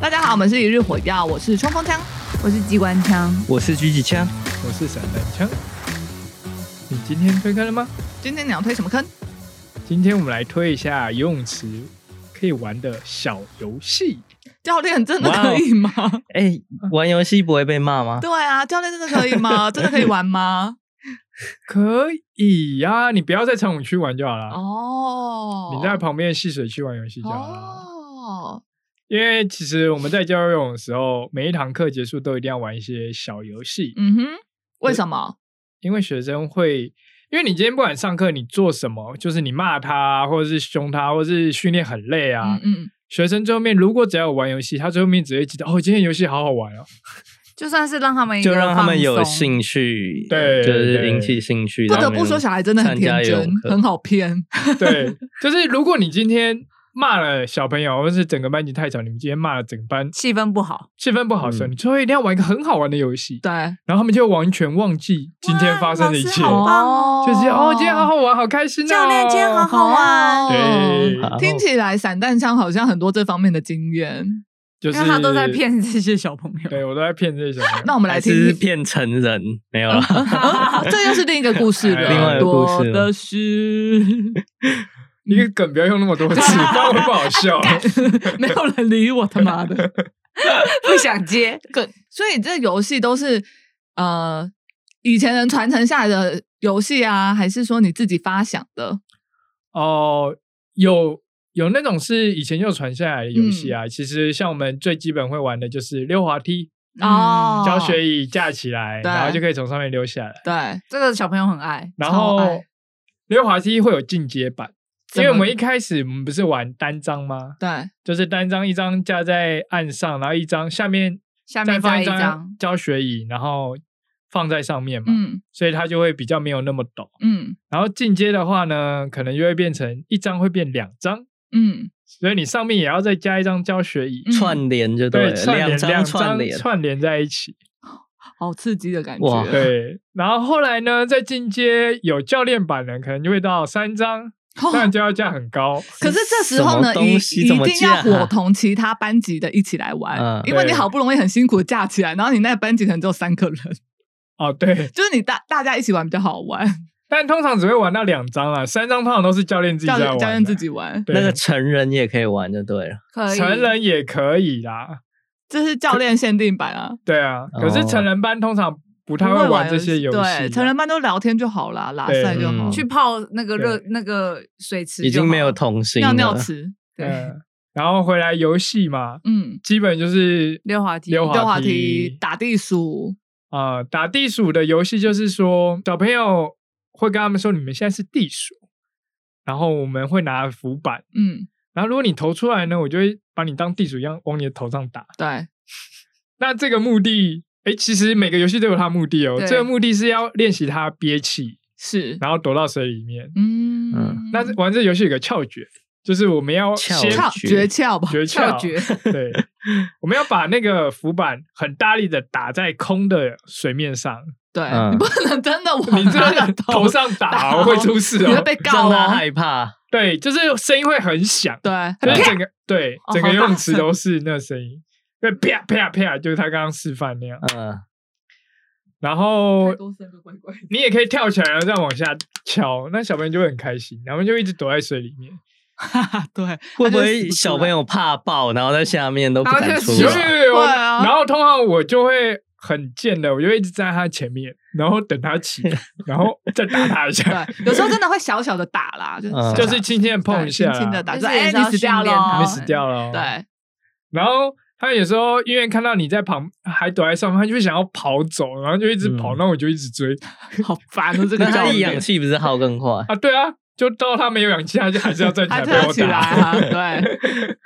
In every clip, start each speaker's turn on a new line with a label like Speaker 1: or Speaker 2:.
Speaker 1: 大家好，我们是一日火药，我是冲锋枪，
Speaker 2: 我是机关枪，
Speaker 3: 我是狙击枪，
Speaker 4: 我是散弹枪。你今天推开了吗？
Speaker 1: 今天你要推什么坑？
Speaker 4: 今天我们来推一下游泳池可以玩的小游戏。
Speaker 1: 教练真的
Speaker 4: 哦
Speaker 1: 可以吗？
Speaker 3: 哎、玩游戏不会被骂吗？
Speaker 1: 嗯对啊，教练真的可以 吗？真的可以玩吗？
Speaker 4: 可以呀、你不要在场泳区玩就好了。
Speaker 1: 哦，
Speaker 4: 啊你在旁边戏水区玩游戏就好了。
Speaker 1: 哦，
Speaker 4: 因为其实我们在教游泳的时候，每一堂课结束都一定要玩一些小游戏，
Speaker 1: 嗯哼，为什么？
Speaker 4: 因为学生会，因为你今天不管上课你做什么，就是你骂他，或者是凶他，或者是训练很累啊，
Speaker 1: 嗯嗯，
Speaker 4: 学生最后面如果只要有玩游戏，他最后面只会记得哦，今天游戏好好玩哦。
Speaker 2: 就算是让他们
Speaker 3: 就让他们有
Speaker 2: 心。
Speaker 3: 兴趣，
Speaker 4: 对
Speaker 3: 就是
Speaker 4: 对
Speaker 3: 引起兴趣。
Speaker 1: 不得
Speaker 3: 让他
Speaker 1: 不
Speaker 3: 们
Speaker 1: 说，小孩真的很
Speaker 3: 参加
Speaker 1: 天
Speaker 3: 游
Speaker 1: 真
Speaker 3: 泳，课
Speaker 1: 很好骗。
Speaker 4: 对，就是如果你今天骂了小朋友，或是整个班级太吵，你们今天骂了整个班，
Speaker 2: 气氛不好，
Speaker 4: 气氛不好的时候，
Speaker 3: 嗯
Speaker 4: 你最后一定要玩一个很好玩的游戏，
Speaker 1: 对，
Speaker 4: 然后他们就完全忘记今天发生的一切，
Speaker 2: 哇老师好棒哦
Speaker 4: 就是哦，今天好好玩，好开心哦。
Speaker 2: 教练今天好哦好玩，
Speaker 4: 对
Speaker 3: 好，
Speaker 1: 哦听起来散弹枪好像很多这方面的经验。
Speaker 4: 就是
Speaker 2: 因为他都在，骗这些小朋友。
Speaker 4: 对我都在骗这些小朋友。
Speaker 1: 那我们来
Speaker 3: 还
Speaker 1: 听嗯
Speaker 3: 是
Speaker 1: 听
Speaker 3: 骗成人没有啦。
Speaker 1: 这又是另一个故事了，
Speaker 4: 另外一
Speaker 3: 个故
Speaker 1: 多
Speaker 3: 事了
Speaker 1: 的是
Speaker 4: 一个梗不要用那么多次，不然会不好 笑。
Speaker 1: 没有人理我，他妈 的！
Speaker 2: 不想接，
Speaker 1: 更所以这游戏都是呃以前人传承下来的游戏啊，还是说你自己发想的？
Speaker 4: 哦，有有那种是以前就传下来的游戏
Speaker 2: 嗯
Speaker 4: 啊。其实像我们最基本会玩的就是溜滑梯，
Speaker 1: 哦
Speaker 4: 教学椅架起来，
Speaker 1: 对
Speaker 4: 然后就可以从上面溜下来。
Speaker 1: 对，
Speaker 2: 这个小朋友很爱，
Speaker 4: 然
Speaker 1: 超
Speaker 4: 后
Speaker 1: 爱
Speaker 4: 溜滑梯会有进阶版，
Speaker 1: 怎
Speaker 4: 因
Speaker 1: 么
Speaker 4: 为我们一开始我们不是玩单张吗？
Speaker 1: 对，
Speaker 4: 就是单张一张架在岸上，然后一张下面
Speaker 2: 下
Speaker 4: 再
Speaker 2: 面
Speaker 4: 放
Speaker 2: 加
Speaker 4: 一
Speaker 2: 一张，
Speaker 4: 教学椅，然后放在上面嘛，
Speaker 1: 嗯
Speaker 4: 所以它就会比较没有那么陡。
Speaker 1: 嗯
Speaker 4: 然后进阶的话呢，可能就会变成一张会变两张，
Speaker 1: 嗯，
Speaker 4: 所以你上面也要再加一张教学椅，
Speaker 1: 嗯
Speaker 3: 串联就
Speaker 4: 对，
Speaker 3: 了，
Speaker 4: 串联
Speaker 3: 两
Speaker 4: 两
Speaker 3: 张
Speaker 4: 张
Speaker 3: 串联，
Speaker 4: 串联在一起。
Speaker 1: 好刺激的感
Speaker 3: 哇
Speaker 1: 觉，
Speaker 4: 对，然后后来呢，再进阶有教练版的，可能就会到三张，
Speaker 1: 哦。
Speaker 4: 当然就要价很高。
Speaker 1: 可是这时候呢，
Speaker 3: 什么
Speaker 1: 一
Speaker 3: 东西
Speaker 1: 一
Speaker 3: 怎么
Speaker 1: 定要
Speaker 3: 架啊
Speaker 1: 伙同其他班级的一起来玩，
Speaker 3: 嗯
Speaker 1: 因为你
Speaker 4: 对
Speaker 1: 好不容易很辛苦架起来，然后你那个班级可能只有三个人，
Speaker 4: 哦，对，
Speaker 1: 就是你大大家一起玩比较好玩，
Speaker 4: 但通常只会玩到两张啦，三张通常都是教练自己
Speaker 1: 教
Speaker 4: 在玩
Speaker 1: 练
Speaker 4: 的。
Speaker 1: 教练自己玩，
Speaker 4: 对
Speaker 3: 那个成人也可以玩就对了。
Speaker 2: 可以
Speaker 4: 成人也可以啦，
Speaker 1: 这是教练限定版啊。
Speaker 4: 对啊。可是
Speaker 3: 哦
Speaker 4: 成人班通常不太
Speaker 1: 不
Speaker 4: 会
Speaker 1: 会
Speaker 4: 玩
Speaker 1: 玩
Speaker 4: 这些游戏啊啦，
Speaker 1: 对，成人班都聊天就好啦，拉
Speaker 4: 对
Speaker 1: 塞就好，
Speaker 3: 嗯
Speaker 2: 去泡那个热
Speaker 4: 对
Speaker 2: 那个水池就好，
Speaker 3: 已经没有童心
Speaker 1: 尿
Speaker 3: 了，
Speaker 1: 尿池，
Speaker 2: 对
Speaker 4: 嗯。然后回来游戏嘛，
Speaker 1: 嗯，
Speaker 4: 基本就是
Speaker 2: 溜滑梯，
Speaker 4: 溜
Speaker 1: 溜滑
Speaker 4: 梯
Speaker 1: 梯、打地鼠，
Speaker 4: 啊、打地鼠的游戏就是说，小朋友会跟他们说你们现在是地鼠，然后我们会拿浮板，
Speaker 1: 嗯，
Speaker 4: 然后如果你投出来呢，我就会把你当地鼠一样往你的头上打。
Speaker 1: 对，
Speaker 4: 那这个目的，哎，其实每个游戏都有它的目的哦。
Speaker 2: 对
Speaker 4: 这个目的是要练习它憋气，
Speaker 1: 是，
Speaker 4: 然后躲到水里面。
Speaker 1: 嗯
Speaker 3: 嗯，
Speaker 4: 那玩这游戏有个窍诀，就是我们要
Speaker 3: 窍
Speaker 4: 先
Speaker 1: 窍诀窍吧，
Speaker 4: 诀
Speaker 2: 跳
Speaker 4: 窍，
Speaker 2: 绝，
Speaker 4: 对，我们要把那个浮板很大力的打在空的水面上，
Speaker 1: 对，
Speaker 3: 嗯
Speaker 1: 哎你不能 真的往
Speaker 4: 你这
Speaker 1: 他的
Speaker 4: 样 头上打
Speaker 1: 打
Speaker 4: 哦
Speaker 1: 哦
Speaker 4: 会出事
Speaker 1: 你会
Speaker 4: 哦。
Speaker 1: 被
Speaker 3: 让
Speaker 1: 告
Speaker 3: 他
Speaker 1: 哦，
Speaker 3: 害怕。
Speaker 4: 对，就是声音会很响，
Speaker 1: 对，
Speaker 4: 就是整个对
Speaker 2: 哦
Speaker 4: 整个
Speaker 2: 好
Speaker 4: 游
Speaker 2: 大
Speaker 4: 泳池
Speaker 2: 声
Speaker 4: 都是那声音，对，啪啪啪，就是他刚刚示范那样。
Speaker 3: 嗯，
Speaker 4: 然后
Speaker 1: 多声就怪怪的，
Speaker 4: 你也可以跳起来，然后这样往下敲，那小朋友就会很开心，然后就一直躲在水里面。
Speaker 1: 哈哈， 对，他
Speaker 3: 会不
Speaker 1: 就死
Speaker 3: 会
Speaker 1: 出
Speaker 3: 小
Speaker 1: 来
Speaker 3: 朋友怕爆，然后在下面都不
Speaker 2: 然
Speaker 3: 敢
Speaker 2: 后就
Speaker 3: 出
Speaker 2: 是
Speaker 4: 有
Speaker 3: 来？
Speaker 4: 有有有
Speaker 1: 对啊
Speaker 4: 然后通常我就会很贱的，我就一直站在他前面，然后等他起 来，然后再打他一下，
Speaker 1: 对，有时候真的会小小的打啦，就是
Speaker 3: 嗯
Speaker 1: 小小
Speaker 4: 就是轻轻的碰
Speaker 1: 对
Speaker 4: 一下啦，
Speaker 1: 轻轻的打，
Speaker 2: 就
Speaker 1: 说
Speaker 2: 是
Speaker 1: 哎，
Speaker 2: 也是要
Speaker 1: 你死掉
Speaker 2: 训练
Speaker 1: 了，
Speaker 2: 他
Speaker 4: 你
Speaker 2: 们
Speaker 4: 死掉了。，哦
Speaker 1: 对，
Speaker 4: 然后。他有时候因为看到你在旁还躲在上面，他就会想要跑走，然后就一直跑，
Speaker 3: 嗯
Speaker 4: 那我就一直追
Speaker 1: 好烦哦，这个
Speaker 3: 那
Speaker 1: 教
Speaker 3: 他的
Speaker 1: 练
Speaker 3: 氧气不是耗更快？
Speaker 4: 啊，对啊，就到他没有氧气，他就还是要站 起
Speaker 1: 还
Speaker 4: 来被
Speaker 1: 跳
Speaker 4: 我
Speaker 1: 起来
Speaker 4: 打，
Speaker 1: 啊，对，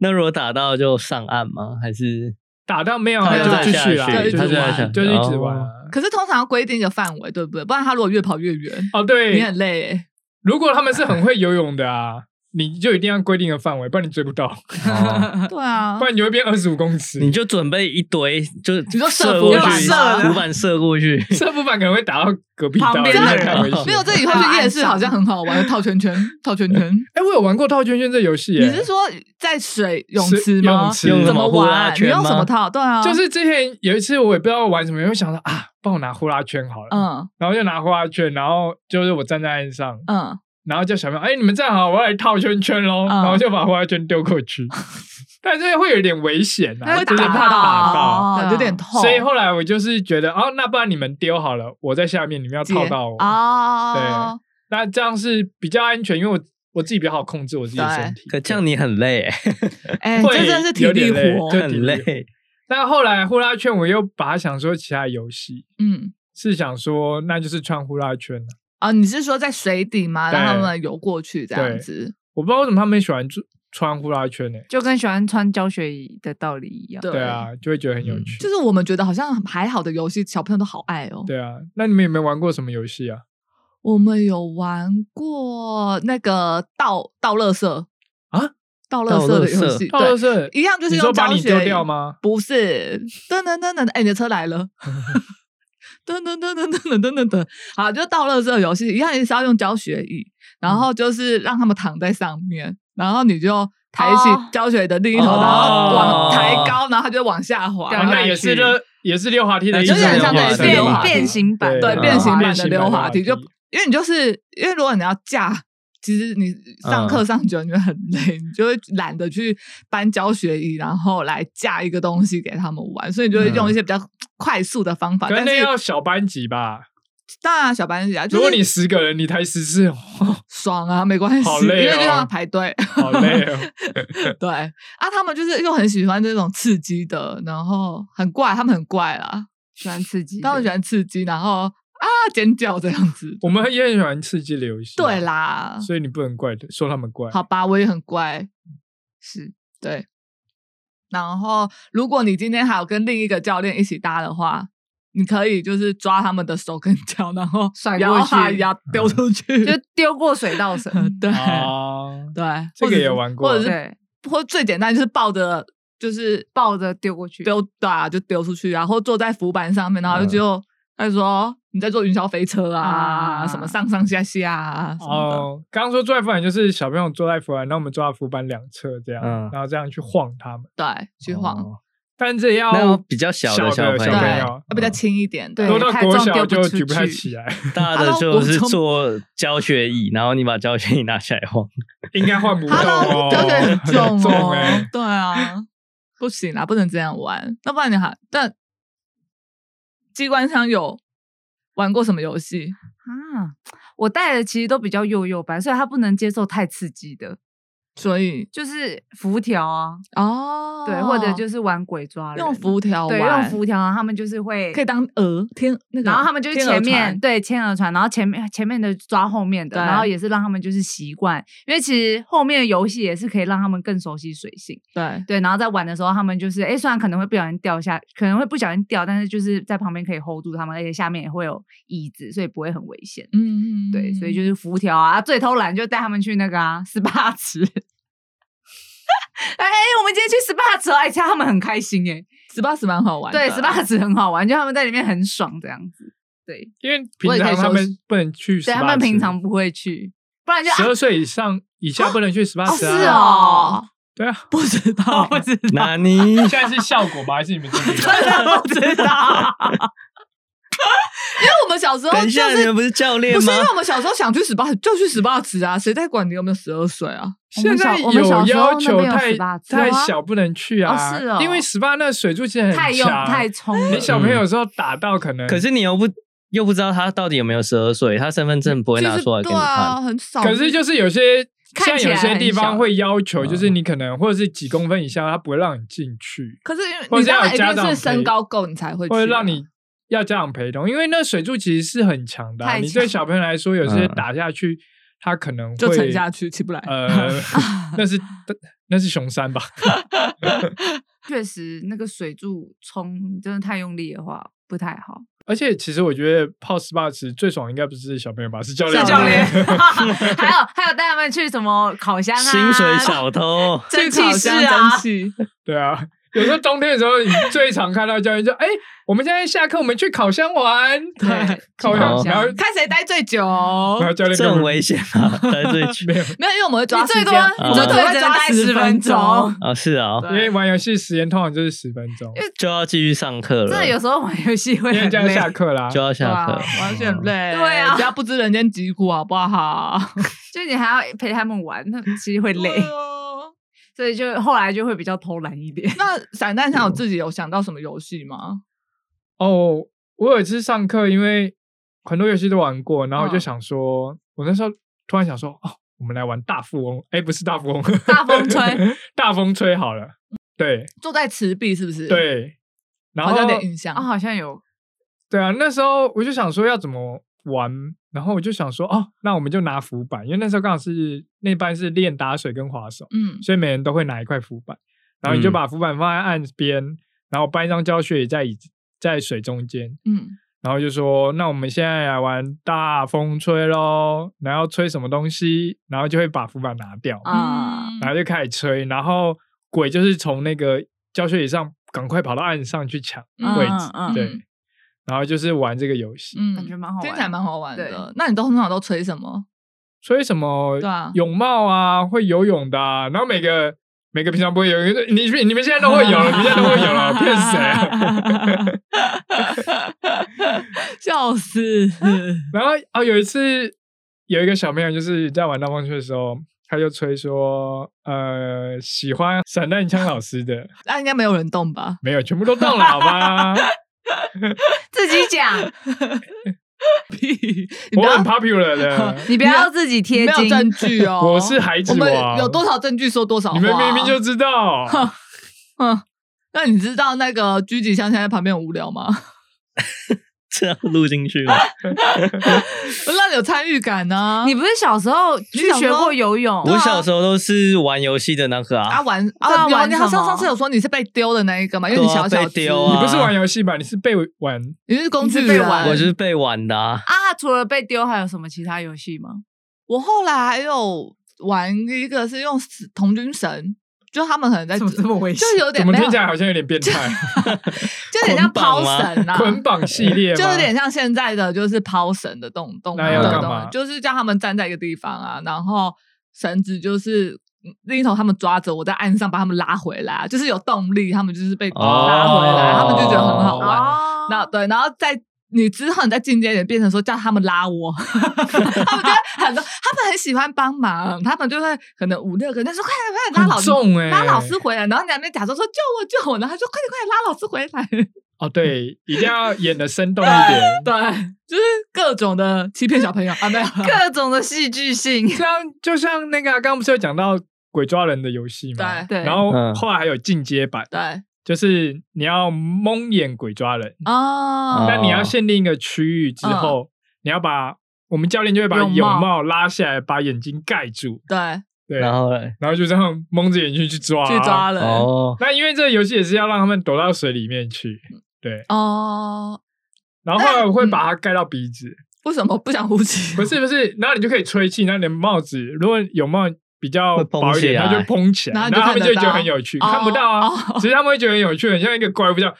Speaker 3: 那如果打到就上岸吗？还是
Speaker 4: 打到没有
Speaker 3: 他
Speaker 1: 就
Speaker 4: 就
Speaker 1: 再
Speaker 4: 继
Speaker 3: 下
Speaker 4: 续啦，
Speaker 3: 去
Speaker 4: 就
Speaker 1: 他
Speaker 4: 是
Speaker 1: 就在
Speaker 4: 玩，
Speaker 3: 想
Speaker 4: 就是一直
Speaker 3: 哦
Speaker 4: 玩啊。
Speaker 1: 可是通常要规定一个范围，对不对？不然他如果越跑越远，
Speaker 4: 哦，对，
Speaker 1: 你很累耶，欸
Speaker 4: 如果他们是很会游泳的啊，你就一定要规定的范围，不然你追不到，
Speaker 3: 哦
Speaker 1: 对啊
Speaker 4: 不，然你就会变二十五公尺。
Speaker 3: 你就准备一堆，就是
Speaker 1: 你说
Speaker 3: 射
Speaker 1: 射
Speaker 3: 过
Speaker 1: 浮
Speaker 3: 去
Speaker 1: 板，
Speaker 2: 射的
Speaker 3: 浮板射过去，
Speaker 4: 射不板可能会打到隔壁道
Speaker 2: 旁边的
Speaker 4: 这太危险
Speaker 3: 人
Speaker 1: 哦没有，这以后去夜市好像很好玩，套圈 圈，套圈圈。
Speaker 4: 哎、我有玩过套圈圈这游戏、
Speaker 1: 你
Speaker 4: 耶
Speaker 1: 是说在水泳
Speaker 4: 是
Speaker 1: 池吗
Speaker 4: 泳？池
Speaker 3: 用
Speaker 1: 怎
Speaker 3: 什
Speaker 1: 么
Speaker 3: 呼啦
Speaker 1: 玩？你
Speaker 3: 圈
Speaker 1: 用什么
Speaker 3: 吗？
Speaker 1: 套？对啊，
Speaker 4: 就是之前有一次我也不知道玩什么，因为想到啊，帮我拿呼啦圈好了，
Speaker 1: 嗯
Speaker 4: 然后就拿呼啦圈，然后就是我站在岸上，
Speaker 1: 嗯，
Speaker 4: 然后叫小朋友，哎、你们站好，我要来套圈圈喽，
Speaker 1: 嗯
Speaker 4: 然后就把呼啦圈丢过 去，但是会有点危险啊，
Speaker 2: 会
Speaker 4: 就是
Speaker 2: 打
Speaker 4: 怕
Speaker 2: 到
Speaker 4: 打到。
Speaker 1: 哦
Speaker 2: 对啊
Speaker 1: 有点痛。
Speaker 4: 所以后来我就是觉得，哦，那不然你们丢好了，我在下面，你们要套到我。
Speaker 1: 啊，
Speaker 4: 那这样是比较安全，因为我我自己比较好控制我自己的身体。
Speaker 3: 可这样你很累、
Speaker 1: 对，哎，
Speaker 4: 会
Speaker 1: 这真的是体
Speaker 4: 有
Speaker 1: 力
Speaker 4: 点累
Speaker 1: 活
Speaker 4: 对。
Speaker 3: 很累。
Speaker 4: 但后来呼啦圈，我又把它想说其他游戏，
Speaker 1: 嗯，
Speaker 4: 是想说那就是穿呼啦圈啊
Speaker 1: 啊，你是说在水底吗？
Speaker 4: 对
Speaker 1: 让他们游过去这样子？
Speaker 4: 我不知道为什么他们喜欢穿穿呼啦圈呢、欸
Speaker 2: 就跟喜欢穿教学椅的道理一样。
Speaker 1: 对
Speaker 4: 对啊，就会觉得很有趣。
Speaker 1: 就是我们觉得好像还好的游戏，小朋友都好爱哦。
Speaker 4: 对啊，那你们有没有玩过什么游戏啊？
Speaker 1: 我们有玩过那个倒倒垃圾
Speaker 4: 啊，
Speaker 1: 倒垃圾的游戏，
Speaker 4: 倒垃
Speaker 1: 对，
Speaker 4: 圾
Speaker 1: 一样哦就是
Speaker 4: 你说
Speaker 1: 用
Speaker 4: 把
Speaker 1: 胶
Speaker 4: 你
Speaker 1: 学
Speaker 4: 丢掉吗？
Speaker 1: 不是，噔噔噔噔，哎，你的车来了。 噔噔噔噔噔噔噔噔，好，就倒垃圾游戏一样也是要用教学椅，然后就是让他们躺在上面，然后你就抬起
Speaker 2: 哦
Speaker 1: 教学椅的另一头，
Speaker 3: 哦
Speaker 1: 然后往抬高，然后它就往下滑，
Speaker 2: 掉
Speaker 4: 啊
Speaker 1: 然后
Speaker 4: 那也是溜，也是溜滑梯的
Speaker 1: 呃
Speaker 3: 那
Speaker 4: 一
Speaker 3: 就
Speaker 4: 种，
Speaker 3: 是很像对
Speaker 4: 对
Speaker 3: 溜滑
Speaker 2: 梯变形版
Speaker 1: 对
Speaker 4: 啊
Speaker 1: 变形版的
Speaker 4: 变
Speaker 1: 溜滑梯，
Speaker 4: 梯
Speaker 1: 就因为你就是因为如果你要架。其实你上课
Speaker 3: 嗯
Speaker 1: 上久，你会很累， 你就会懒得去搬教学椅，然后来架一个东西给他们玩，所以你就会用一些比较快速的方法。
Speaker 4: 嗯可是
Speaker 1: 但是
Speaker 4: 那要小班级吧？
Speaker 1: 当然小班级啊，
Speaker 4: 如
Speaker 1: 就
Speaker 4: 果
Speaker 1: 是
Speaker 4: 你十个人，你才 十次，
Speaker 1: 爽啊，没关系，
Speaker 4: 好累哦
Speaker 1: 因为就要排 队。
Speaker 4: 好累哦。
Speaker 1: 对啊，他们就是又很喜欢这种刺激的，然后很怪，他们很怪啦，
Speaker 2: 喜欢刺激的，
Speaker 1: 他们喜欢刺激，然后啊尖叫这样子。
Speaker 4: 我们也很喜欢刺激的游戏，啊
Speaker 1: 对，啦，
Speaker 4: 所以你不能怪的，说他们怪。嗯
Speaker 1: 好吧，我也很怪，
Speaker 2: 是
Speaker 1: 对。然后，如果你今天还有跟另一个教练一起搭的话，你可以就是抓他们的手跟脚，然后
Speaker 2: 甩
Speaker 1: 摇
Speaker 2: 过去
Speaker 1: 啊摇丢出
Speaker 4: 嗯
Speaker 1: 去，
Speaker 2: 就丢过水稻绳。
Speaker 1: 对、
Speaker 4: 啊，
Speaker 1: 对，
Speaker 4: 这
Speaker 1: 或者
Speaker 4: 个也
Speaker 1: 是
Speaker 4: 玩过啊
Speaker 1: 或者是
Speaker 2: 对，
Speaker 1: 或最简单就是抱着就是
Speaker 2: 抱着丢过去，
Speaker 1: 丢对啊，就丢出去，然后坐在浮板上面，
Speaker 4: 嗯
Speaker 1: 然后就他就说你在坐云霄飞车啊，
Speaker 2: 啊
Speaker 1: 什么上上下下啊什么的，
Speaker 4: 哦，刚刚说坐在浮板就是小朋友坐在浮板，然后我们坐在浮板两侧这样，
Speaker 3: 嗯
Speaker 4: 然后这样去晃他们，
Speaker 1: 对，去晃，
Speaker 3: 哦
Speaker 4: 但这要
Speaker 3: 那比较小
Speaker 4: 小
Speaker 3: 的小
Speaker 4: 的
Speaker 3: 朋
Speaker 4: 小朋
Speaker 1: 对，
Speaker 3: 友，
Speaker 4: 友嗯
Speaker 1: 要比较轻一点的，
Speaker 4: 多
Speaker 2: 对
Speaker 4: 到
Speaker 2: 太
Speaker 4: 国
Speaker 2: 重
Speaker 4: 小
Speaker 2: 丢不
Speaker 4: 就
Speaker 2: 出
Speaker 4: 举不太
Speaker 2: 去
Speaker 4: 起来，
Speaker 3: 大
Speaker 1: 哈
Speaker 3: 的
Speaker 1: 喽
Speaker 3: 就
Speaker 1: 国
Speaker 3: 是
Speaker 1: 中
Speaker 3: 坐教学椅，然后你把教学椅拿起来哦晃。
Speaker 4: 应该 换不动
Speaker 1: Hello，
Speaker 4: 哦，
Speaker 1: 教学 很重
Speaker 4: 重
Speaker 1: 哦，
Speaker 4: 哎
Speaker 1: 对啊，不行啦，不能这样玩，要不然你还但机关枪有玩过什么游戏？
Speaker 2: 啊，我带的其实都比较幼幼班，所以他不能接受太刺激的，
Speaker 1: 所以
Speaker 2: 就是浮条啊，
Speaker 1: 哦，
Speaker 2: 对，或者就是玩鬼抓人，
Speaker 1: 用浮条
Speaker 2: 对，
Speaker 1: 玩
Speaker 2: 用浮条，啊然后他们就是会
Speaker 1: 可以当鹅天那个，
Speaker 2: 然后他们就是
Speaker 1: 天鹅
Speaker 2: 前面
Speaker 1: 船
Speaker 2: 对牵鹅船，然后前面前面的抓后面的，
Speaker 1: 对
Speaker 2: 然后也是让他们就是习惯，因为其实后面的游戏也是可以让他们更熟悉水性。
Speaker 1: 对
Speaker 2: 对，然后在玩的时候，他们就是哎，虽然可能会不小心掉下，可能会不小心掉，但是就是在旁边可以 hold 住他们，而且下面也会有椅子，所以不会很危险。
Speaker 1: 嗯
Speaker 2: 对，所以就是浮条啊，啊最偷懒就带他们去那个啊 SPA 池。哎、我们今天去 SPA 池哦，哎，其实他们很开心哎。
Speaker 1: 十八十蛮好玩的
Speaker 2: 对
Speaker 1: 啦，
Speaker 2: ，SPA 池很好玩，就他们在里面很爽这样子。对，
Speaker 4: 因为
Speaker 1: 我
Speaker 4: 平
Speaker 1: 也可以
Speaker 4: 常他
Speaker 1: 休
Speaker 4: 们
Speaker 1: 息
Speaker 4: 不能去，
Speaker 2: 对他们平常。不会去，不然就
Speaker 4: 十
Speaker 2: 啊
Speaker 4: 二岁以上以下不能去十八
Speaker 2: 哦
Speaker 4: 次
Speaker 2: 是
Speaker 4: 啊！
Speaker 2: 哦，
Speaker 4: 对 啊，
Speaker 1: 不知道
Speaker 2: 不知道，
Speaker 3: 那你
Speaker 4: 现在是效果吗？还是你们自 己玩？
Speaker 2: 不知道，
Speaker 1: 因为我们小 时候
Speaker 3: 等
Speaker 1: 就
Speaker 3: 一下，你
Speaker 1: 是
Speaker 3: 们不是教练
Speaker 1: 不是
Speaker 3: 吗
Speaker 1: 因？为我们小时候想去十八就去十八池啊，谁在管你有没有十二岁啊？
Speaker 4: 现在
Speaker 2: 我们小
Speaker 4: 有要求
Speaker 2: 我们小时候那边
Speaker 4: 太
Speaker 2: 有18次
Speaker 4: 太
Speaker 2: 有啊
Speaker 4: 小不能去啊，
Speaker 2: 哦是哦
Speaker 4: 因为十八那水柱其实很
Speaker 2: 太用
Speaker 4: 强，
Speaker 2: 太冲了
Speaker 4: 你。小朋友有时候打到嗯可能，
Speaker 3: 可是你又不又不知道他到底有没有十二岁，他身份证不会拿
Speaker 1: 就是
Speaker 3: 出来给
Speaker 1: 对
Speaker 3: 你
Speaker 1: 啊，
Speaker 3: 看。
Speaker 1: 很少。
Speaker 4: 可是就是有些
Speaker 2: 哦看
Speaker 4: 像
Speaker 2: 起
Speaker 4: 有
Speaker 2: 来
Speaker 4: 些地
Speaker 2: 很
Speaker 4: 方
Speaker 2: 小
Speaker 4: 会要求，就是你可能或者是几公分以下，他不会让你进去，
Speaker 1: 可是因为
Speaker 4: 或
Speaker 1: 你
Speaker 4: 者
Speaker 1: 当
Speaker 4: 要
Speaker 1: 然
Speaker 4: 有
Speaker 1: 一
Speaker 4: 家
Speaker 1: 定
Speaker 4: 长
Speaker 1: 是
Speaker 4: 陪
Speaker 1: 身高够你才会去啊，
Speaker 4: 或者让你要家长陪同，因为那水柱其实是很强的啊，
Speaker 2: 太强
Speaker 4: 你对小朋友来说，有些
Speaker 3: 嗯
Speaker 4: 打下去，他可能会
Speaker 1: 就沉下去起不来。
Speaker 4: 呃， 那是那是熊山吧？
Speaker 2: 确实，那个水柱冲真的太用力的话不太好。
Speaker 4: 而且其实我觉得泡 SPA 池最爽应该不是小朋友吧，是教练
Speaker 2: 是
Speaker 4: 吧。
Speaker 2: 教练， 还有还有带他们去什么烤箱啊，
Speaker 3: 薪水小 偷
Speaker 2: 蒸
Speaker 1: 去烤
Speaker 2: 汽室
Speaker 1: 箱
Speaker 2: 啊
Speaker 1: 蒸，汽，
Speaker 4: 对啊，有时候冬天的时候，你最常看到教练就哎、我们现在下课，我们去烤箱玩。
Speaker 2: 对
Speaker 4: 烤
Speaker 2: 去
Speaker 4: 箱，
Speaker 2: 烤箱
Speaker 4: 然后
Speaker 1: 看谁待最 久。
Speaker 4: 然后教练
Speaker 3: 这
Speaker 4: 根
Speaker 3: 很
Speaker 4: 本
Speaker 3: 危险啊！在最 近
Speaker 4: 没有，
Speaker 1: 没有，因为我们会抓
Speaker 2: 你
Speaker 1: 时
Speaker 2: 最
Speaker 1: 间，嗯
Speaker 2: 多
Speaker 1: 我们
Speaker 2: 最
Speaker 3: 你
Speaker 1: 只
Speaker 2: 多
Speaker 1: 会
Speaker 2: 只能
Speaker 1: 抓
Speaker 2: 待
Speaker 1: 10
Speaker 2: 十分钟。
Speaker 3: 啊，是啊、
Speaker 4: 因为玩游戏时间通常就是十分钟，
Speaker 3: 就要继续上课了，
Speaker 2: 真的有时候玩游戏会
Speaker 4: 因为
Speaker 2: 很
Speaker 4: 这样
Speaker 2: 累，
Speaker 4: 下课啦。
Speaker 3: 就要下课
Speaker 2: 对 啊，
Speaker 1: 完全累，
Speaker 2: 对啊
Speaker 1: 不要不知人间疾苦好不好？
Speaker 2: 就你还要陪他们玩，那其实会累
Speaker 1: 对，哦
Speaker 2: 所以就后来就会比较偷懒一点。
Speaker 1: 那散弹枪，我自己有想到什么游戏吗？
Speaker 4: 哦，我有一次上课，因为很多游戏都玩过，然后我就
Speaker 1: 嗯
Speaker 4: 想说，我那时候突然想说，哦，我们来玩大富翁，哎，不是大富翁，
Speaker 2: 大风吹，
Speaker 4: 大风吹好了。对
Speaker 1: 坐在池壁是不是？，
Speaker 4: 对，然
Speaker 1: 好
Speaker 4: 后
Speaker 1: 像有点印象
Speaker 2: 啊，。好像有
Speaker 4: 对啊，那时候我就想说要怎么玩，然后我就想说，哦，那我们就拿浮板，因为那时候刚好是那班是练打水跟滑手，
Speaker 1: 嗯，
Speaker 4: 所以每人都会拿一块浮板，然后你就
Speaker 3: 嗯
Speaker 4: 把浮板放在岸边，然后搬一张胶水在椅子在水中间，
Speaker 1: 嗯，
Speaker 4: 然后就说：“那我们现在来玩大风吹喽，然后吹什么东西？”然后就会把浮板拿掉，
Speaker 1: 哦
Speaker 2: 啊，
Speaker 4: 然后就开始吹，然后鬼就是从那个教学椅上赶快跑到岸上去抢
Speaker 1: 嗯
Speaker 4: 位置，
Speaker 2: 嗯
Speaker 4: 对
Speaker 1: 嗯，
Speaker 4: 然后就是玩这个游戏。
Speaker 1: 嗯
Speaker 2: 感觉蛮好玩，
Speaker 1: 听起来蛮好玩的
Speaker 2: 对。
Speaker 1: 那你都通常都吹什么？
Speaker 4: 吹什么
Speaker 1: 对啊
Speaker 4: 泳帽啊，会游泳的、啊，然后每个每个平常不会游泳，你你们现在都会游了，你们现在都会 游了，骗谁啊？
Speaker 1: 笑死！
Speaker 4: 然后哦，有一次有一个小朋友就是在玩大风吹的时候，他就吹说，呃，喜欢散弹枪老师的，
Speaker 1: 那应该没有人动吧？
Speaker 4: 没有，全部都动了，好吗？
Speaker 2: 自己讲，
Speaker 1: 屁！ 你不
Speaker 4: 我
Speaker 1: 要
Speaker 4: 很 popular 的，
Speaker 2: 你不要自己贴
Speaker 1: 没有
Speaker 2: 金，
Speaker 1: 证据哦。
Speaker 4: 我是孩子
Speaker 1: 我们
Speaker 4: 王
Speaker 1: 有多少证据说多少话？啊
Speaker 4: 你们明明就知 道，
Speaker 1: 嗯。那你知道那个狙击枪现在旁边很无聊吗？
Speaker 3: 这样录进去吗？
Speaker 1: 让你有参与感啊呢。
Speaker 2: 你不是小时候去学过游泳？
Speaker 3: 我小时候都是玩游戏的那个
Speaker 1: 啊
Speaker 3: 啊，
Speaker 1: 玩
Speaker 2: 对
Speaker 1: 啊
Speaker 2: 啊
Speaker 1: 有
Speaker 2: 玩
Speaker 1: 你好
Speaker 2: 什
Speaker 1: 像
Speaker 2: 么
Speaker 1: 上次有说你是被丢的那一个嘛，因为
Speaker 3: 对
Speaker 1: 你
Speaker 3: 啊
Speaker 1: 小小
Speaker 3: 被
Speaker 1: 只
Speaker 3: 丢啊
Speaker 4: 你不是玩游戏吧？你是被玩，
Speaker 1: 你是工具
Speaker 2: 你是被
Speaker 1: 人
Speaker 2: 玩
Speaker 3: 我就是被玩的啊。
Speaker 2: 啊，除了被丢，还有什么其他游戏吗？
Speaker 1: 我后来还有玩一个是用死童军绳，就他们可能在
Speaker 2: 么危
Speaker 1: 就有
Speaker 4: 怎
Speaker 1: 点
Speaker 4: 么
Speaker 1: 没有，
Speaker 4: 听起来好像有点变态？
Speaker 1: 就有点像
Speaker 3: 捆绑
Speaker 1: 抛
Speaker 3: 吗
Speaker 1: 绳啊，
Speaker 4: 捆绑系列吗？
Speaker 1: 就有点像现在的就是抛绳的动动
Speaker 4: 那
Speaker 3: 要
Speaker 1: 动
Speaker 3: 干
Speaker 1: 动
Speaker 4: 嘛
Speaker 1: 就是叫他们站在一个地方啊，然后绳子就是。另一头他们抓着我在岸上把他们拉回来啊，就是有动力，他们就是被拉回来，他们就觉得很好玩。
Speaker 2: 哦
Speaker 1: 那对，然后再你之后你再进阶一点，变成说叫他们拉我， 他们就会很多，他们很喜欢帮忙，他们就会可能五六个，但说快点快点拉老
Speaker 4: 很
Speaker 1: 师。
Speaker 4: 重哎，
Speaker 1: 拉老师回来，然后你在那边假装说救我救我，然后他说快点快点拉老师回来，。
Speaker 4: 哦，对，一定要演的生动一点
Speaker 1: 对，就是各种的欺骗小朋友啊， 没有啦，
Speaker 2: 各种的戏剧性，
Speaker 4: 这样就像那个啊刚刚不是有讲到鬼抓人的游戏吗？
Speaker 1: 对
Speaker 2: 对
Speaker 4: 然后
Speaker 3: 嗯
Speaker 4: 后来还有进阶版，
Speaker 1: 对
Speaker 4: 就是你要蒙眼鬼抓人，
Speaker 1: 啊，
Speaker 4: 但
Speaker 3: 哦
Speaker 4: 你要限定一个区域之
Speaker 1: 嗯
Speaker 4: 后，你要把我们教练就会把
Speaker 2: 泳帽
Speaker 4: 泳帽拉下来，把眼睛盖住，
Speaker 1: 对，
Speaker 4: 对，
Speaker 3: 然
Speaker 4: 然后
Speaker 3: 后嘞，
Speaker 4: 就这样蒙着眼睛去抓，啊
Speaker 1: 去抓。人
Speaker 3: 哦，
Speaker 4: 那因为这个游戏也是要让他们躲到水里面去，对。
Speaker 1: 哦，
Speaker 4: 然后后来我
Speaker 1: 嗯
Speaker 4: 会把它盖到鼻子，
Speaker 1: 为什么不想呼吸？
Speaker 4: 不是不是，然后你就可以吹气，然后你的帽子如果有帽比较
Speaker 3: 会蓬
Speaker 4: 薄一点，
Speaker 3: 起来
Speaker 4: 它就蓬起来，
Speaker 1: 然后
Speaker 4: 然
Speaker 1: 就
Speaker 4: 后他们
Speaker 1: 看得
Speaker 4: 就觉得
Speaker 1: 到
Speaker 4: 很有趣，
Speaker 1: 哦
Speaker 4: 看不到啊，
Speaker 1: 哦
Speaker 4: 其实他们会觉得很有趣，很像一个怪物这样，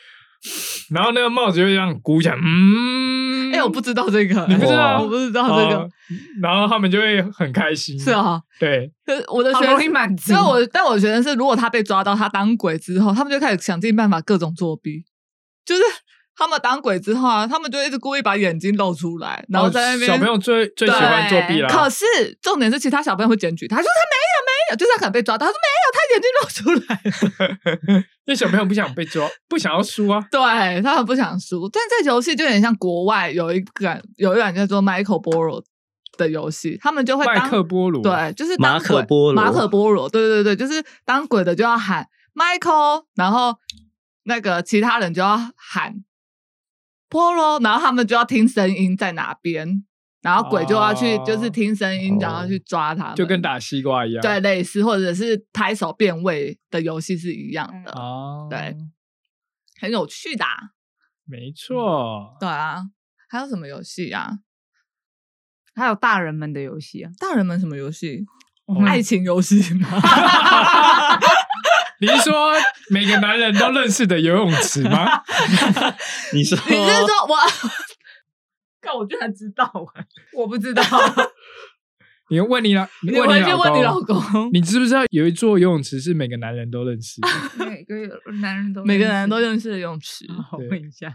Speaker 4: 然后那个帽子就会这样鼓起来，嗯，
Speaker 1: 哎、我不知道这个、
Speaker 4: 你不知道
Speaker 1: 我不知道这
Speaker 4: 哦
Speaker 1: 个，
Speaker 4: 然后他们就会很开心，
Speaker 1: 是，啊，
Speaker 4: 对，
Speaker 1: 可是我的
Speaker 2: 好
Speaker 1: 学
Speaker 2: 容易满足。
Speaker 1: 所以我但我觉得是，如果他被抓到，他当鬼之后，他们就开始想尽办法各种作弊，就是他们当鬼之后啊，他们就一直故意把眼睛露出来，然后在那边、
Speaker 4: 哦小朋友最最喜欢作弊啦，
Speaker 1: 可是重点是，其他小朋友会检举他，说他没有没有，就是他可能被抓到，他说没有，他眼睛露出来，
Speaker 4: 因为小朋友不想被抓，不想要输啊，
Speaker 1: 对他们不想输。但这游戏就有点像国外有一个有一款叫做 Michael Boro 的游戏，他们就会
Speaker 4: 麦
Speaker 1: 当
Speaker 4: 克波罗，
Speaker 1: 对，就是当
Speaker 3: 马可
Speaker 1: 鬼
Speaker 3: 波罗
Speaker 1: 马可波罗，对对对，就是当鬼的就要喊 Michael，然后那个其他人就要喊波罗，然后他们就要听声音在哪边，然后鬼就要去、
Speaker 4: 哦
Speaker 1: 就是听声音，然后去抓他们，
Speaker 4: 就跟打西瓜一样，
Speaker 1: 对类似，或者是拍手嗯变位的游戏是一样的，
Speaker 4: 啊，
Speaker 1: 对很有趣的啊、
Speaker 4: 没错，
Speaker 1: 对啊，还有什么游戏啊？
Speaker 2: 还有大人们的游戏 啊，
Speaker 1: 大人们什么游戏？
Speaker 4: 哦
Speaker 1: 爱情游戏吗？
Speaker 4: 你是说每个男人都认识的游泳池 吗？
Speaker 3: 你说，
Speaker 1: 你是说我？ 看，我居然知道
Speaker 3: 啊
Speaker 1: 哎、
Speaker 2: 我不知道，
Speaker 4: 你问你老，你
Speaker 1: 你
Speaker 4: 问
Speaker 1: 回去
Speaker 4: 老
Speaker 1: 问你
Speaker 4: 公
Speaker 1: 老公，
Speaker 4: 你知不知道有一座游泳池是每个男人都 认识的？
Speaker 2: 每个男人都
Speaker 1: 每个人都认识的泳池，
Speaker 2: 好，
Speaker 4: 对
Speaker 2: 我问一下，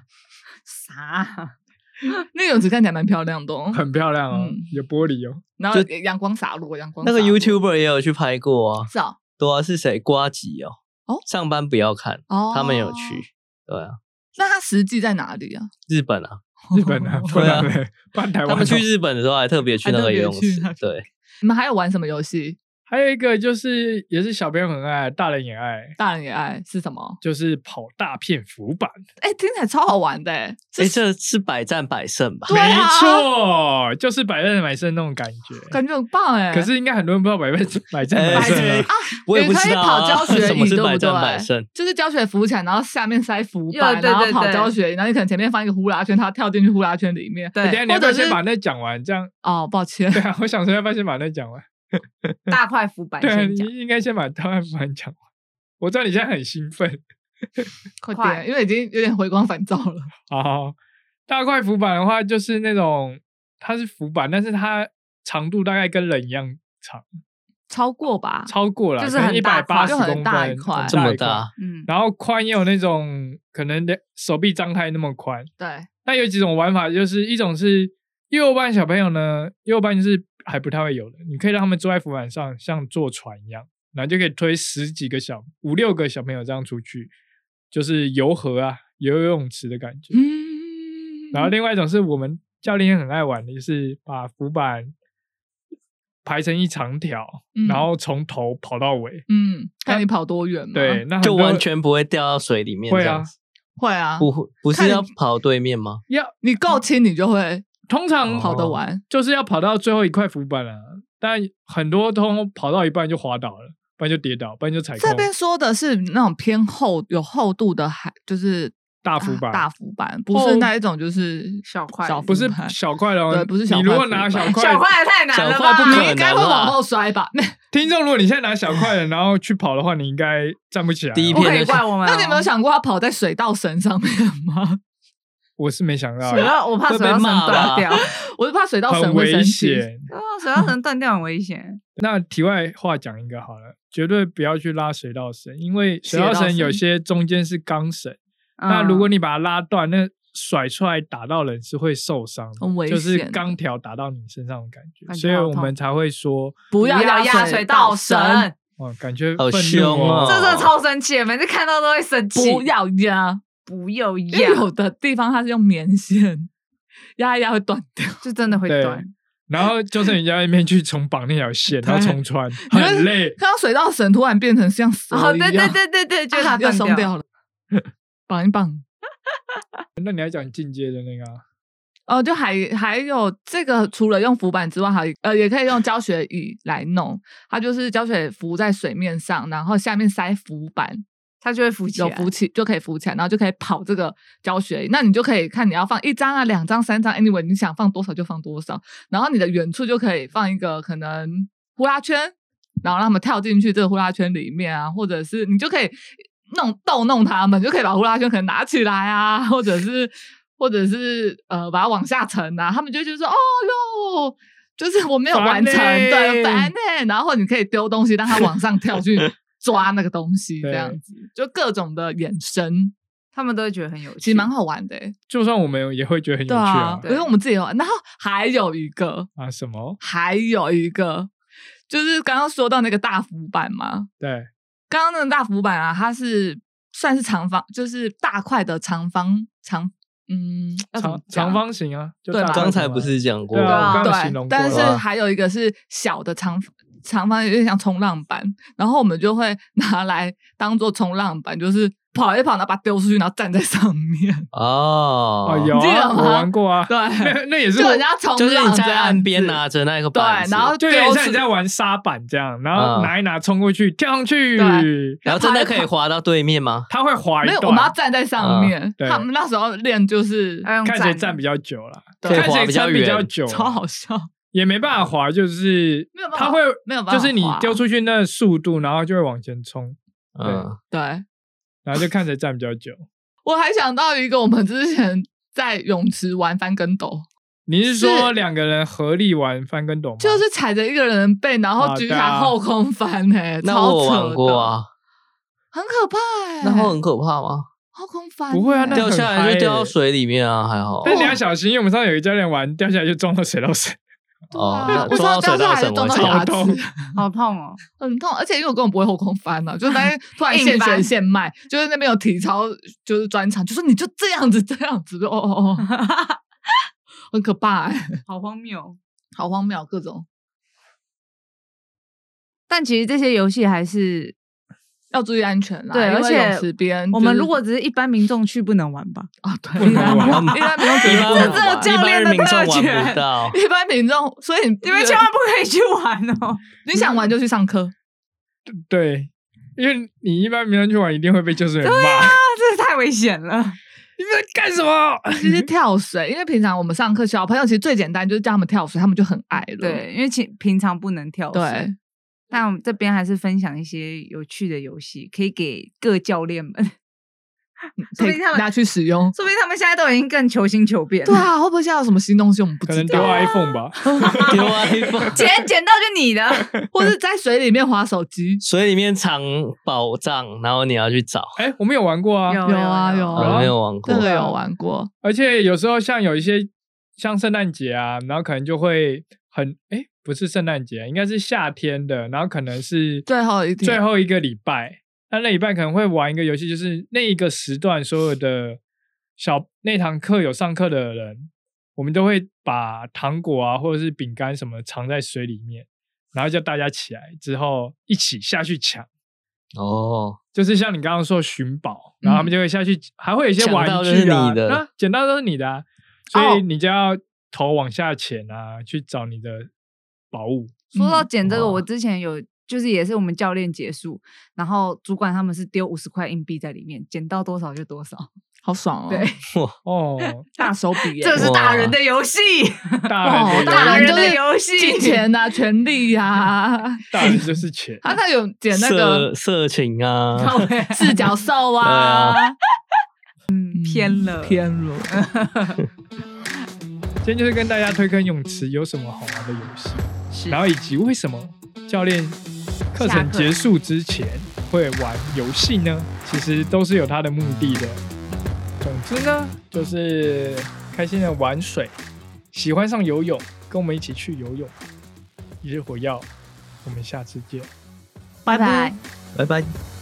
Speaker 2: 啥？啊
Speaker 1: 那个泳池看起来蛮漂亮的、哦，
Speaker 4: 很漂亮哦，
Speaker 1: 嗯
Speaker 4: 有玻璃哦。
Speaker 1: 然后阳光洒落，阳光
Speaker 3: 那个
Speaker 1: 洒落
Speaker 3: YouTuber 也有去拍过啊，
Speaker 1: 是啊，
Speaker 3: 对啊，是谁？瓜吉哦，
Speaker 1: 哦
Speaker 3: 上班不要看，
Speaker 1: 哦，
Speaker 3: 他们有。去，对啊，
Speaker 1: 那它实际在哪里啊？
Speaker 3: 日本啊，
Speaker 4: 日 本的，不
Speaker 3: 对啊
Speaker 4: 然嘞，不然台湾哦。
Speaker 3: 他们去日本的时候还特别去
Speaker 1: 还
Speaker 3: 那
Speaker 1: 特
Speaker 3: 个
Speaker 1: 别
Speaker 3: 游泳
Speaker 1: 去
Speaker 3: 池
Speaker 1: 那个，
Speaker 3: 对，
Speaker 1: 你们还有玩什么游戏？
Speaker 4: 还有一个就是，也是小朋友很爱，大人也爱，
Speaker 1: 大人也爱是什么？
Speaker 4: 就是跑大片浮板。
Speaker 1: 哎、听起来超好玩的、欸，
Speaker 3: 哎，这是百战百胜吧？
Speaker 1: 对啊
Speaker 4: 没错，就是百战百胜那种感觉。
Speaker 1: 感觉很棒哎、
Speaker 4: 可是应该很多人不知道百战百战百胜
Speaker 3: 哎
Speaker 4: 啊
Speaker 3: 是。我也不
Speaker 1: 你可
Speaker 3: 知
Speaker 1: 以
Speaker 3: 道
Speaker 1: 跑
Speaker 3: 啊
Speaker 1: 教学
Speaker 3: 什
Speaker 1: 椅，
Speaker 3: 么是
Speaker 1: 对
Speaker 3: 百
Speaker 1: 不
Speaker 3: 战百胜
Speaker 1: 对？。就是教学浮潜，然后下面塞浮
Speaker 2: 哟
Speaker 1: 板，
Speaker 2: 对
Speaker 1: 然后
Speaker 2: 对
Speaker 1: 跑
Speaker 2: 对
Speaker 1: 教学椅，然后你可能前面翻一个呼啦圈，他跳进去呼啦圈里面。
Speaker 4: 等一下
Speaker 2: 对，
Speaker 4: 你要不要
Speaker 1: 或者是
Speaker 4: 先把那讲完？这样
Speaker 1: 哦，抱歉，
Speaker 4: 对啊，我想说要不要先把那讲完？
Speaker 2: 大块浮 板
Speaker 4: 对啊，
Speaker 2: 先
Speaker 4: 你
Speaker 2: 讲，
Speaker 4: 应该先把大片浮板讲完。我知道你现在很兴奋，
Speaker 1: 快
Speaker 2: 快
Speaker 1: 点，因为已经有点回光返照了。
Speaker 4: 哦，大块浮板的话，就是那种它是浮板，但是它长度大概跟人一样长，
Speaker 1: 超过吧，
Speaker 4: 超过了
Speaker 2: 啊就是很
Speaker 4: 一百
Speaker 2: 大块
Speaker 4: 八
Speaker 1: 就
Speaker 4: 十
Speaker 1: 很
Speaker 4: 公
Speaker 1: 大一
Speaker 4: 分，
Speaker 1: 块
Speaker 4: 很
Speaker 3: 这么
Speaker 4: 一块
Speaker 3: 大，啊
Speaker 2: 嗯，
Speaker 4: 然后宽也有那种可能两手臂张开那么宽。
Speaker 1: 对，
Speaker 4: 那有几种玩法，就是一种是幼班小朋友呢，幼班就是还不太会游的，你可以让他们坐在浮板上，像坐船一样，然后就可以推十几个小五六个小朋友这样出去，就是游河啊，游泳池的感觉。
Speaker 1: 嗯
Speaker 4: 然后另外一种是我们教练很爱玩的，就是把浮板排成一长条，
Speaker 1: 嗯
Speaker 4: 然后从头跑到尾。
Speaker 1: 嗯，看你跑多远嘛。
Speaker 4: 对，，那很
Speaker 3: 啊就
Speaker 4: 多
Speaker 3: 完全不会掉到水里面这
Speaker 4: 会啊
Speaker 3: 样子。
Speaker 1: 会啊，
Speaker 3: 不会，不
Speaker 1: 看
Speaker 3: 是要跑对面吗？
Speaker 4: 要
Speaker 1: 你够轻，你就会
Speaker 4: 通常
Speaker 1: 跑得
Speaker 3: 哦
Speaker 1: 完。
Speaker 4: 就是要跑到最后一块浮板了、但很多通跑到一半就滑倒了，不然就跌倒，不然就踩空
Speaker 1: 这。边说的是那种偏厚、有厚度的海，就是啊
Speaker 4: 大浮板
Speaker 1: 大浮板，不是
Speaker 4: 厚
Speaker 1: 那一种就是
Speaker 2: 小块
Speaker 1: 小
Speaker 4: 不是
Speaker 1: 浮板
Speaker 4: 小块的哦，
Speaker 1: 嗯对不是小
Speaker 4: 你如
Speaker 1: 块
Speaker 4: 果
Speaker 1: 浮
Speaker 4: 拿
Speaker 1: 板
Speaker 4: 小块，
Speaker 2: 小块太难了
Speaker 3: 小块不可
Speaker 1: 你
Speaker 3: 能
Speaker 2: 吧？
Speaker 1: 应该会往后摔吧？ 那
Speaker 4: 听众，如果你现在拿小块的，然后去跑的话，你应该站不起来哦。
Speaker 3: 第一
Speaker 2: 不
Speaker 3: 片
Speaker 2: 可以怪我们哦。
Speaker 1: 那你有没有想过要跑在水稻绳上面吗？
Speaker 4: 我是没想到
Speaker 2: 水，要我怕
Speaker 3: 会
Speaker 2: 水
Speaker 3: 被
Speaker 2: 要绳
Speaker 3: 骂
Speaker 2: 断
Speaker 3: 吧
Speaker 2: 掉，
Speaker 1: 我是怕水稻
Speaker 4: 很
Speaker 1: 绳啊会生
Speaker 4: 危
Speaker 1: 气。
Speaker 4: 险。
Speaker 2: 对啊水要绳断掉很危险。
Speaker 4: 那题外话讲一个好了，绝对不要去拉水稻绳，因为水稻
Speaker 1: 水稻
Speaker 4: 绳
Speaker 1: 绳
Speaker 4: 有些中间是钢绳，
Speaker 1: 嗯
Speaker 4: 那
Speaker 2: 嗯
Speaker 4: 如果你把它拉断，那甩出来打到人是会受伤的，
Speaker 1: 很危险
Speaker 4: 就是钢条打到你身上的感觉，
Speaker 2: 感觉
Speaker 4: 所以
Speaker 2: 好
Speaker 4: 我
Speaker 2: 痛
Speaker 4: 们才会说，
Speaker 1: 不
Speaker 2: 不
Speaker 1: 要
Speaker 2: 要压水
Speaker 1: 水
Speaker 2: 稻绳
Speaker 1: 绳，，
Speaker 4: 哦，感觉
Speaker 3: 好
Speaker 4: 愤怒
Speaker 3: 凶哦
Speaker 4: 哦
Speaker 2: 这真的超生气，每次看到都会生气。
Speaker 1: 不要压，
Speaker 2: 不要
Speaker 1: 因为
Speaker 2: 压，
Speaker 1: 有的地方它是用棉线压一压会断掉。
Speaker 2: 就真的会
Speaker 4: 对
Speaker 2: 断。
Speaker 4: 然后就是人家一面去重绑那条 线，然后重穿，很累。
Speaker 1: 看到水稻绳突然变成 像蛇一样，
Speaker 2: 哦，对对对对对，就是它
Speaker 1: 啊又
Speaker 2: 断
Speaker 1: 松 掉了，绑一绑。
Speaker 4: 那你要讲进阶的那个啊、
Speaker 1: 哦，就还还有这个，除了用浮板之外，还有呃也可以用教学椅来弄。它就是教学浮在水面上，然后下面塞浮板，
Speaker 2: 它就会浮起
Speaker 1: 有
Speaker 2: 来。
Speaker 1: 浮起就可以浮起来，然后就可以跑这个教学椅。那你就可以看你要放一张啊、两张、三张，anyway，你想放多少就放多少。然后你的远处就可以放一个可能呼啦圈，然后让他们跳进去这个呼啦圈里面啊，或者是你就可以弄逗弄他们，就可以把呼啦圈可能拿起来啊，或者是或者是呃把它往下沉啊，他们就会觉得说哦哟。就是我没有完成，
Speaker 4: 烦欸
Speaker 1: 对，烦呢、然后你可以丢东西，让它往上跳 去抓那个东西，这样
Speaker 4: 对
Speaker 1: 子就各种的眼神，
Speaker 2: 他们都会觉得很有趣，
Speaker 1: 其实蛮好玩的、欸。
Speaker 4: 就算我们也会觉得很有趣啊
Speaker 1: 因为我们自己有玩。然后还有一个，
Speaker 4: 啊什么？
Speaker 1: 还有一个，就是刚刚说到那个大浮板嘛，
Speaker 4: 对，
Speaker 1: 刚刚那个大浮板啊，它是算是长方，就是大块的长方长，嗯，要怎么
Speaker 4: 长
Speaker 1: 讲
Speaker 4: 长方形啊，就
Speaker 1: 对
Speaker 4: 大
Speaker 1: 吧
Speaker 4: 概
Speaker 3: 刚才
Speaker 4: 什么
Speaker 3: 不是讲过
Speaker 4: 对
Speaker 2: 啊
Speaker 4: 啊，
Speaker 2: 对
Speaker 4: 我刚刚有形
Speaker 1: 对，
Speaker 4: 容过
Speaker 1: 但是
Speaker 4: 了
Speaker 1: 还有一个是小的长长方，有点像冲浪板，然后我们就会拿来当做冲浪板，就是跑一跑，然后把它丢出去，然后站在上面。
Speaker 4: 哦，
Speaker 3: 哦，
Speaker 4: 有
Speaker 1: 你记得
Speaker 4: 啊，
Speaker 1: 吗
Speaker 4: 我玩过啊，
Speaker 1: 对，
Speaker 4: 那那也是
Speaker 1: 就人家冲
Speaker 3: 就是你
Speaker 1: 浪这
Speaker 3: 在
Speaker 1: 样
Speaker 3: 岸边
Speaker 1: 子，
Speaker 3: 拿着那个
Speaker 1: 对
Speaker 3: 板，子，
Speaker 1: 然后
Speaker 4: 啊
Speaker 1: 丢
Speaker 4: 就有点
Speaker 1: 出
Speaker 4: 像你在玩沙板这样，然后
Speaker 3: 嗯
Speaker 4: 拿一拿冲过去，跳上去，
Speaker 1: 对啊
Speaker 3: 然后真的可以滑到对面吗？
Speaker 4: 它会滑一
Speaker 1: 没有，
Speaker 4: 段，嗯
Speaker 1: 我们要站在上面。
Speaker 4: 对哎
Speaker 1: 他们那时候练就是
Speaker 2: 要用
Speaker 4: 看谁站
Speaker 2: 站
Speaker 4: 比较久了，
Speaker 1: 对
Speaker 4: 看谁站比较
Speaker 3: 可以滑比
Speaker 4: 久，
Speaker 1: 超好笑，
Speaker 4: 也没办法滑，就是
Speaker 1: 没有办法
Speaker 4: 它会
Speaker 1: 没有办法
Speaker 4: 就
Speaker 1: 滑
Speaker 4: 是你丢出去那速度，然后就会往前冲，
Speaker 3: 嗯，
Speaker 1: 对。
Speaker 4: 然后就看谁站比较久。
Speaker 1: 我还想到一个，我们之前在泳池玩翻跟斗，
Speaker 4: 你是说
Speaker 1: 是
Speaker 4: 两个人合力玩翻跟斗吗？
Speaker 1: 就是踩着一个人的背，然后
Speaker 4: 啊
Speaker 1: 举起
Speaker 4: 对啊
Speaker 1: 来后空翻欸，
Speaker 3: 那
Speaker 1: 超
Speaker 3: 我
Speaker 1: 扯
Speaker 3: 玩
Speaker 1: 的
Speaker 3: 过，啊，
Speaker 1: 很可怕哎、
Speaker 3: 那会很可怕吗？
Speaker 1: 后空翻欸、
Speaker 4: 不会啊那
Speaker 3: 掉下
Speaker 4: 很
Speaker 3: 来
Speaker 4: 嗨
Speaker 3: 就掉
Speaker 4: 耶
Speaker 3: 到水里面啊，还好。
Speaker 1: 哦
Speaker 4: 但你要小心，因为我们上次有一个教练玩掉下来就撞到水到水，
Speaker 1: 对
Speaker 3: 哦
Speaker 1: 啊
Speaker 3: 那
Speaker 1: 我上次掉
Speaker 3: 撞到水
Speaker 1: 下来
Speaker 3: 到
Speaker 1: 就撞到
Speaker 3: 什么
Speaker 1: 牙
Speaker 3: 程
Speaker 4: 度
Speaker 1: 齿，
Speaker 2: 好痛哦！
Speaker 1: 很痛，而且因为我根本不会后空翻呢、就发现突然
Speaker 2: 硬
Speaker 1: 现学
Speaker 2: 翻
Speaker 1: 现卖，就是那边有体操就是专场，就说你就这样子这样子，就哦哦哦， 很可怕、欸，
Speaker 2: 好荒谬。哦
Speaker 1: 好荒谬，各种
Speaker 2: 但其实这些游戏还是
Speaker 1: 要注意安全啦。
Speaker 2: 对
Speaker 1: 因为
Speaker 2: 而且
Speaker 1: 泳池边
Speaker 2: 我们
Speaker 1: 就是
Speaker 2: 如果只是一般民众去，不能玩吧？
Speaker 1: 啊，对，
Speaker 4: 不能玩
Speaker 1: 一般 民众只
Speaker 3: 一
Speaker 1: 能
Speaker 3: 般
Speaker 1: 不能
Speaker 2: 这只有
Speaker 1: 玩，
Speaker 2: 教练的
Speaker 3: 一般人民众
Speaker 2: 特
Speaker 3: 玩
Speaker 2: 权
Speaker 3: 不 到
Speaker 1: 一般民众，所以
Speaker 2: 你们千万不可以去玩哦！
Speaker 1: 你想玩就去上课，
Speaker 4: 对，因为你一般没人去玩，一定会被救生员骂。
Speaker 2: 啊，这太危险了。
Speaker 4: 你们在干什么？
Speaker 2: 嗯
Speaker 1: 其实跳水，因为平常我们上课小朋友其实最简单就是叫他们跳水，他们就很爱了。
Speaker 2: 对，因为其平常不能跳水，
Speaker 1: 对，嗯
Speaker 2: 但我们这边还是分享一些有趣的游戏，可以给各教练们，
Speaker 1: 可
Speaker 2: 说不
Speaker 1: 以
Speaker 2: 定他们
Speaker 1: 拿去使 用。
Speaker 2: 说不定他们现在都已经更求新求变了。
Speaker 1: 对，啊，会不会现在有什么新东西我们不
Speaker 4: 可
Speaker 1: 知
Speaker 4: 能丢
Speaker 1: 道？
Speaker 2: 啊
Speaker 1: 啊
Speaker 4: iPhone 吧。
Speaker 3: 丢 iPhone，
Speaker 2: 捡捡到就你的，
Speaker 1: 或者在水里面划手机？
Speaker 3: 水里面藏宝藏，然后你要去找。
Speaker 4: 哎，我们有玩过啊，
Speaker 2: 有
Speaker 1: 有啊有
Speaker 3: 我、
Speaker 1: 啊
Speaker 3: 没有玩过
Speaker 1: 这，个有玩过，
Speaker 4: 而且有时候像有一些像圣诞节啊，然后可能就会很哎，不是圣诞节啊，应该是夏天的，然后可能是
Speaker 1: 最后一天
Speaker 4: 最后一个礼拜，那那礼拜可能会玩一个游戏，就是那一个时段所有的小那堂课有上课的人，我们都会把糖果啊或者是饼干什么藏在水里面，然后叫大家起来之后一起下去抢。
Speaker 3: 哦，
Speaker 4: 就是像你刚刚说寻宝，然后他们就会下去，还会有一些玩具啊，
Speaker 3: 嗯抢到就是你的哦
Speaker 4: 啊，捡到都是你的、啊，所以你就要头往下潜啊，去找你的宝物。
Speaker 2: 说到捡这个，
Speaker 3: 哇
Speaker 1: 哦
Speaker 2: 我之前有就是也是我们教练结束，然后主管他们是丢五十块硬币在里面，捡到多少就多少。
Speaker 1: 好爽哦！
Speaker 2: 对，
Speaker 4: 哦，
Speaker 1: 大手笔耶，
Speaker 2: 这是大人的游戏，
Speaker 4: 大
Speaker 1: 哦
Speaker 4: 人的
Speaker 1: 大
Speaker 2: 大
Speaker 1: 人
Speaker 2: 人
Speaker 1: 都是
Speaker 2: 的游戏，
Speaker 1: 金钱啊，权力呀， 啊，
Speaker 4: 大人就 是钱，
Speaker 1: 他有捡那个
Speaker 3: 色色情啊，
Speaker 1: 四角兽
Speaker 3: 对
Speaker 1: 啊，
Speaker 2: 嗯偏了
Speaker 1: 偏 了。
Speaker 4: 今天就是跟大家推坑泳池有什么好玩的游戏，
Speaker 2: 是
Speaker 4: 然后以及为什么教练课程结束之前会玩游戏呢？其实都是有它的目的的。总之呢，就是开心的玩水，喜欢上游泳，跟我们一起去游泳。一日火药，我们下次见。
Speaker 2: 拜拜。
Speaker 3: 拜拜。